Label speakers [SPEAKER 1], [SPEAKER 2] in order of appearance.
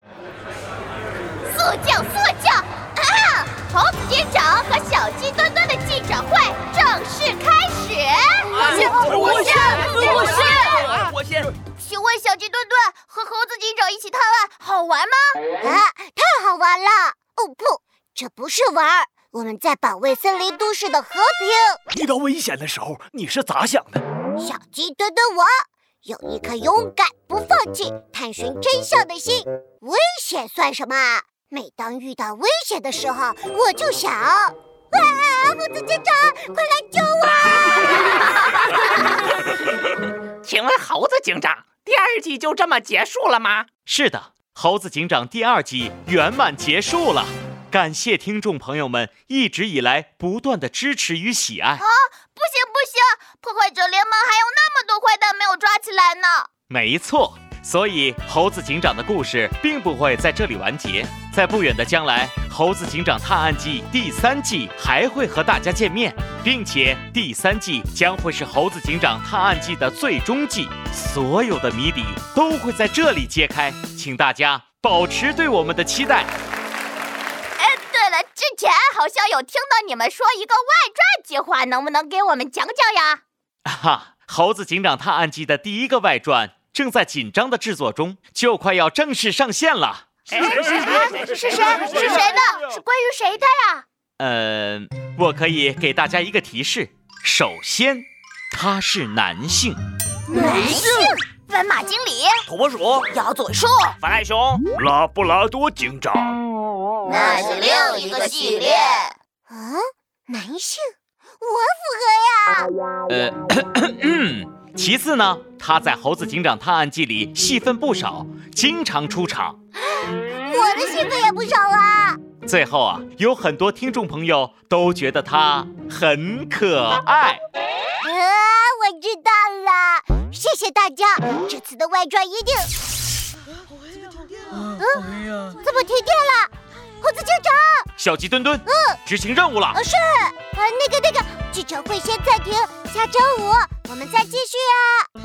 [SPEAKER 1] 啊哎
[SPEAKER 2] 一起探案，好玩吗？
[SPEAKER 1] 啊，太好玩了！哦不，这不是玩儿，我们在保卫森林都市的和平。
[SPEAKER 3] 遇到危险的时候，你是咋想的？
[SPEAKER 1] 小鸡墩墩我有一颗勇敢、不放弃、探寻真相的心。危险算什么？每当遇到危险的时候，我就想，啊，父子警长，快来救
[SPEAKER 4] 我！
[SPEAKER 5] 请问猴子警长，第二季就这么结束了吗？
[SPEAKER 6] 是的，猴子警长第二季圆满结束了。感谢听众朋友们一直以来不断的支持与喜爱。
[SPEAKER 2] 啊，不行不行，破坏者联盟还有那么多坏蛋没有抓起来呢。
[SPEAKER 6] 没错，所以猴子警长的故事并不会在这里完结，在不远的将来，《猴子警长探案记》第三季还会和大家见面，并且第三季将会是《猴子警长探案记》的最终季，所有的谜底都会在这里揭开，请大家保持对我们的期待。
[SPEAKER 2] 之前好像有听到你们说一个外传计划，能不能给我们讲讲呀？
[SPEAKER 6] 哈、啊，《猴子警长探案记》的第一个外传正在紧张的制作中，就快要正式上线了。
[SPEAKER 2] 是
[SPEAKER 5] 哎
[SPEAKER 2] 谁？是谁？是谁的？是关于谁的呀？
[SPEAKER 6] 呃，我可以给大家一个提示，首先，他是男性。
[SPEAKER 2] 男性？斑哎马经理、
[SPEAKER 3] 土拨鼠、
[SPEAKER 7] 鸭嘴兽、
[SPEAKER 4] 反派熊、
[SPEAKER 8] 拉布拉多警长，
[SPEAKER 9] 那是另一个系列。
[SPEAKER 1] 啊，男性，我符
[SPEAKER 6] 合呀。呃咳咳，其次呢，他在《猴子警长探案记》里戏份不少，经常出场。
[SPEAKER 1] 我的戏份也不少啊。
[SPEAKER 6] 最后啊，有很多听众朋友都觉得他很可
[SPEAKER 5] 哎
[SPEAKER 6] 爱。
[SPEAKER 1] 啊，我知道了。谢谢大家，这次的外传一定。
[SPEAKER 10] 嗯，
[SPEAKER 1] 怎么停电了？猴子警长，哦
[SPEAKER 6] 小鸡墩墩，嗯，执行任务了。
[SPEAKER 1] 是，呃，那个那个，记者会先暂停，下周五我们再继续啊。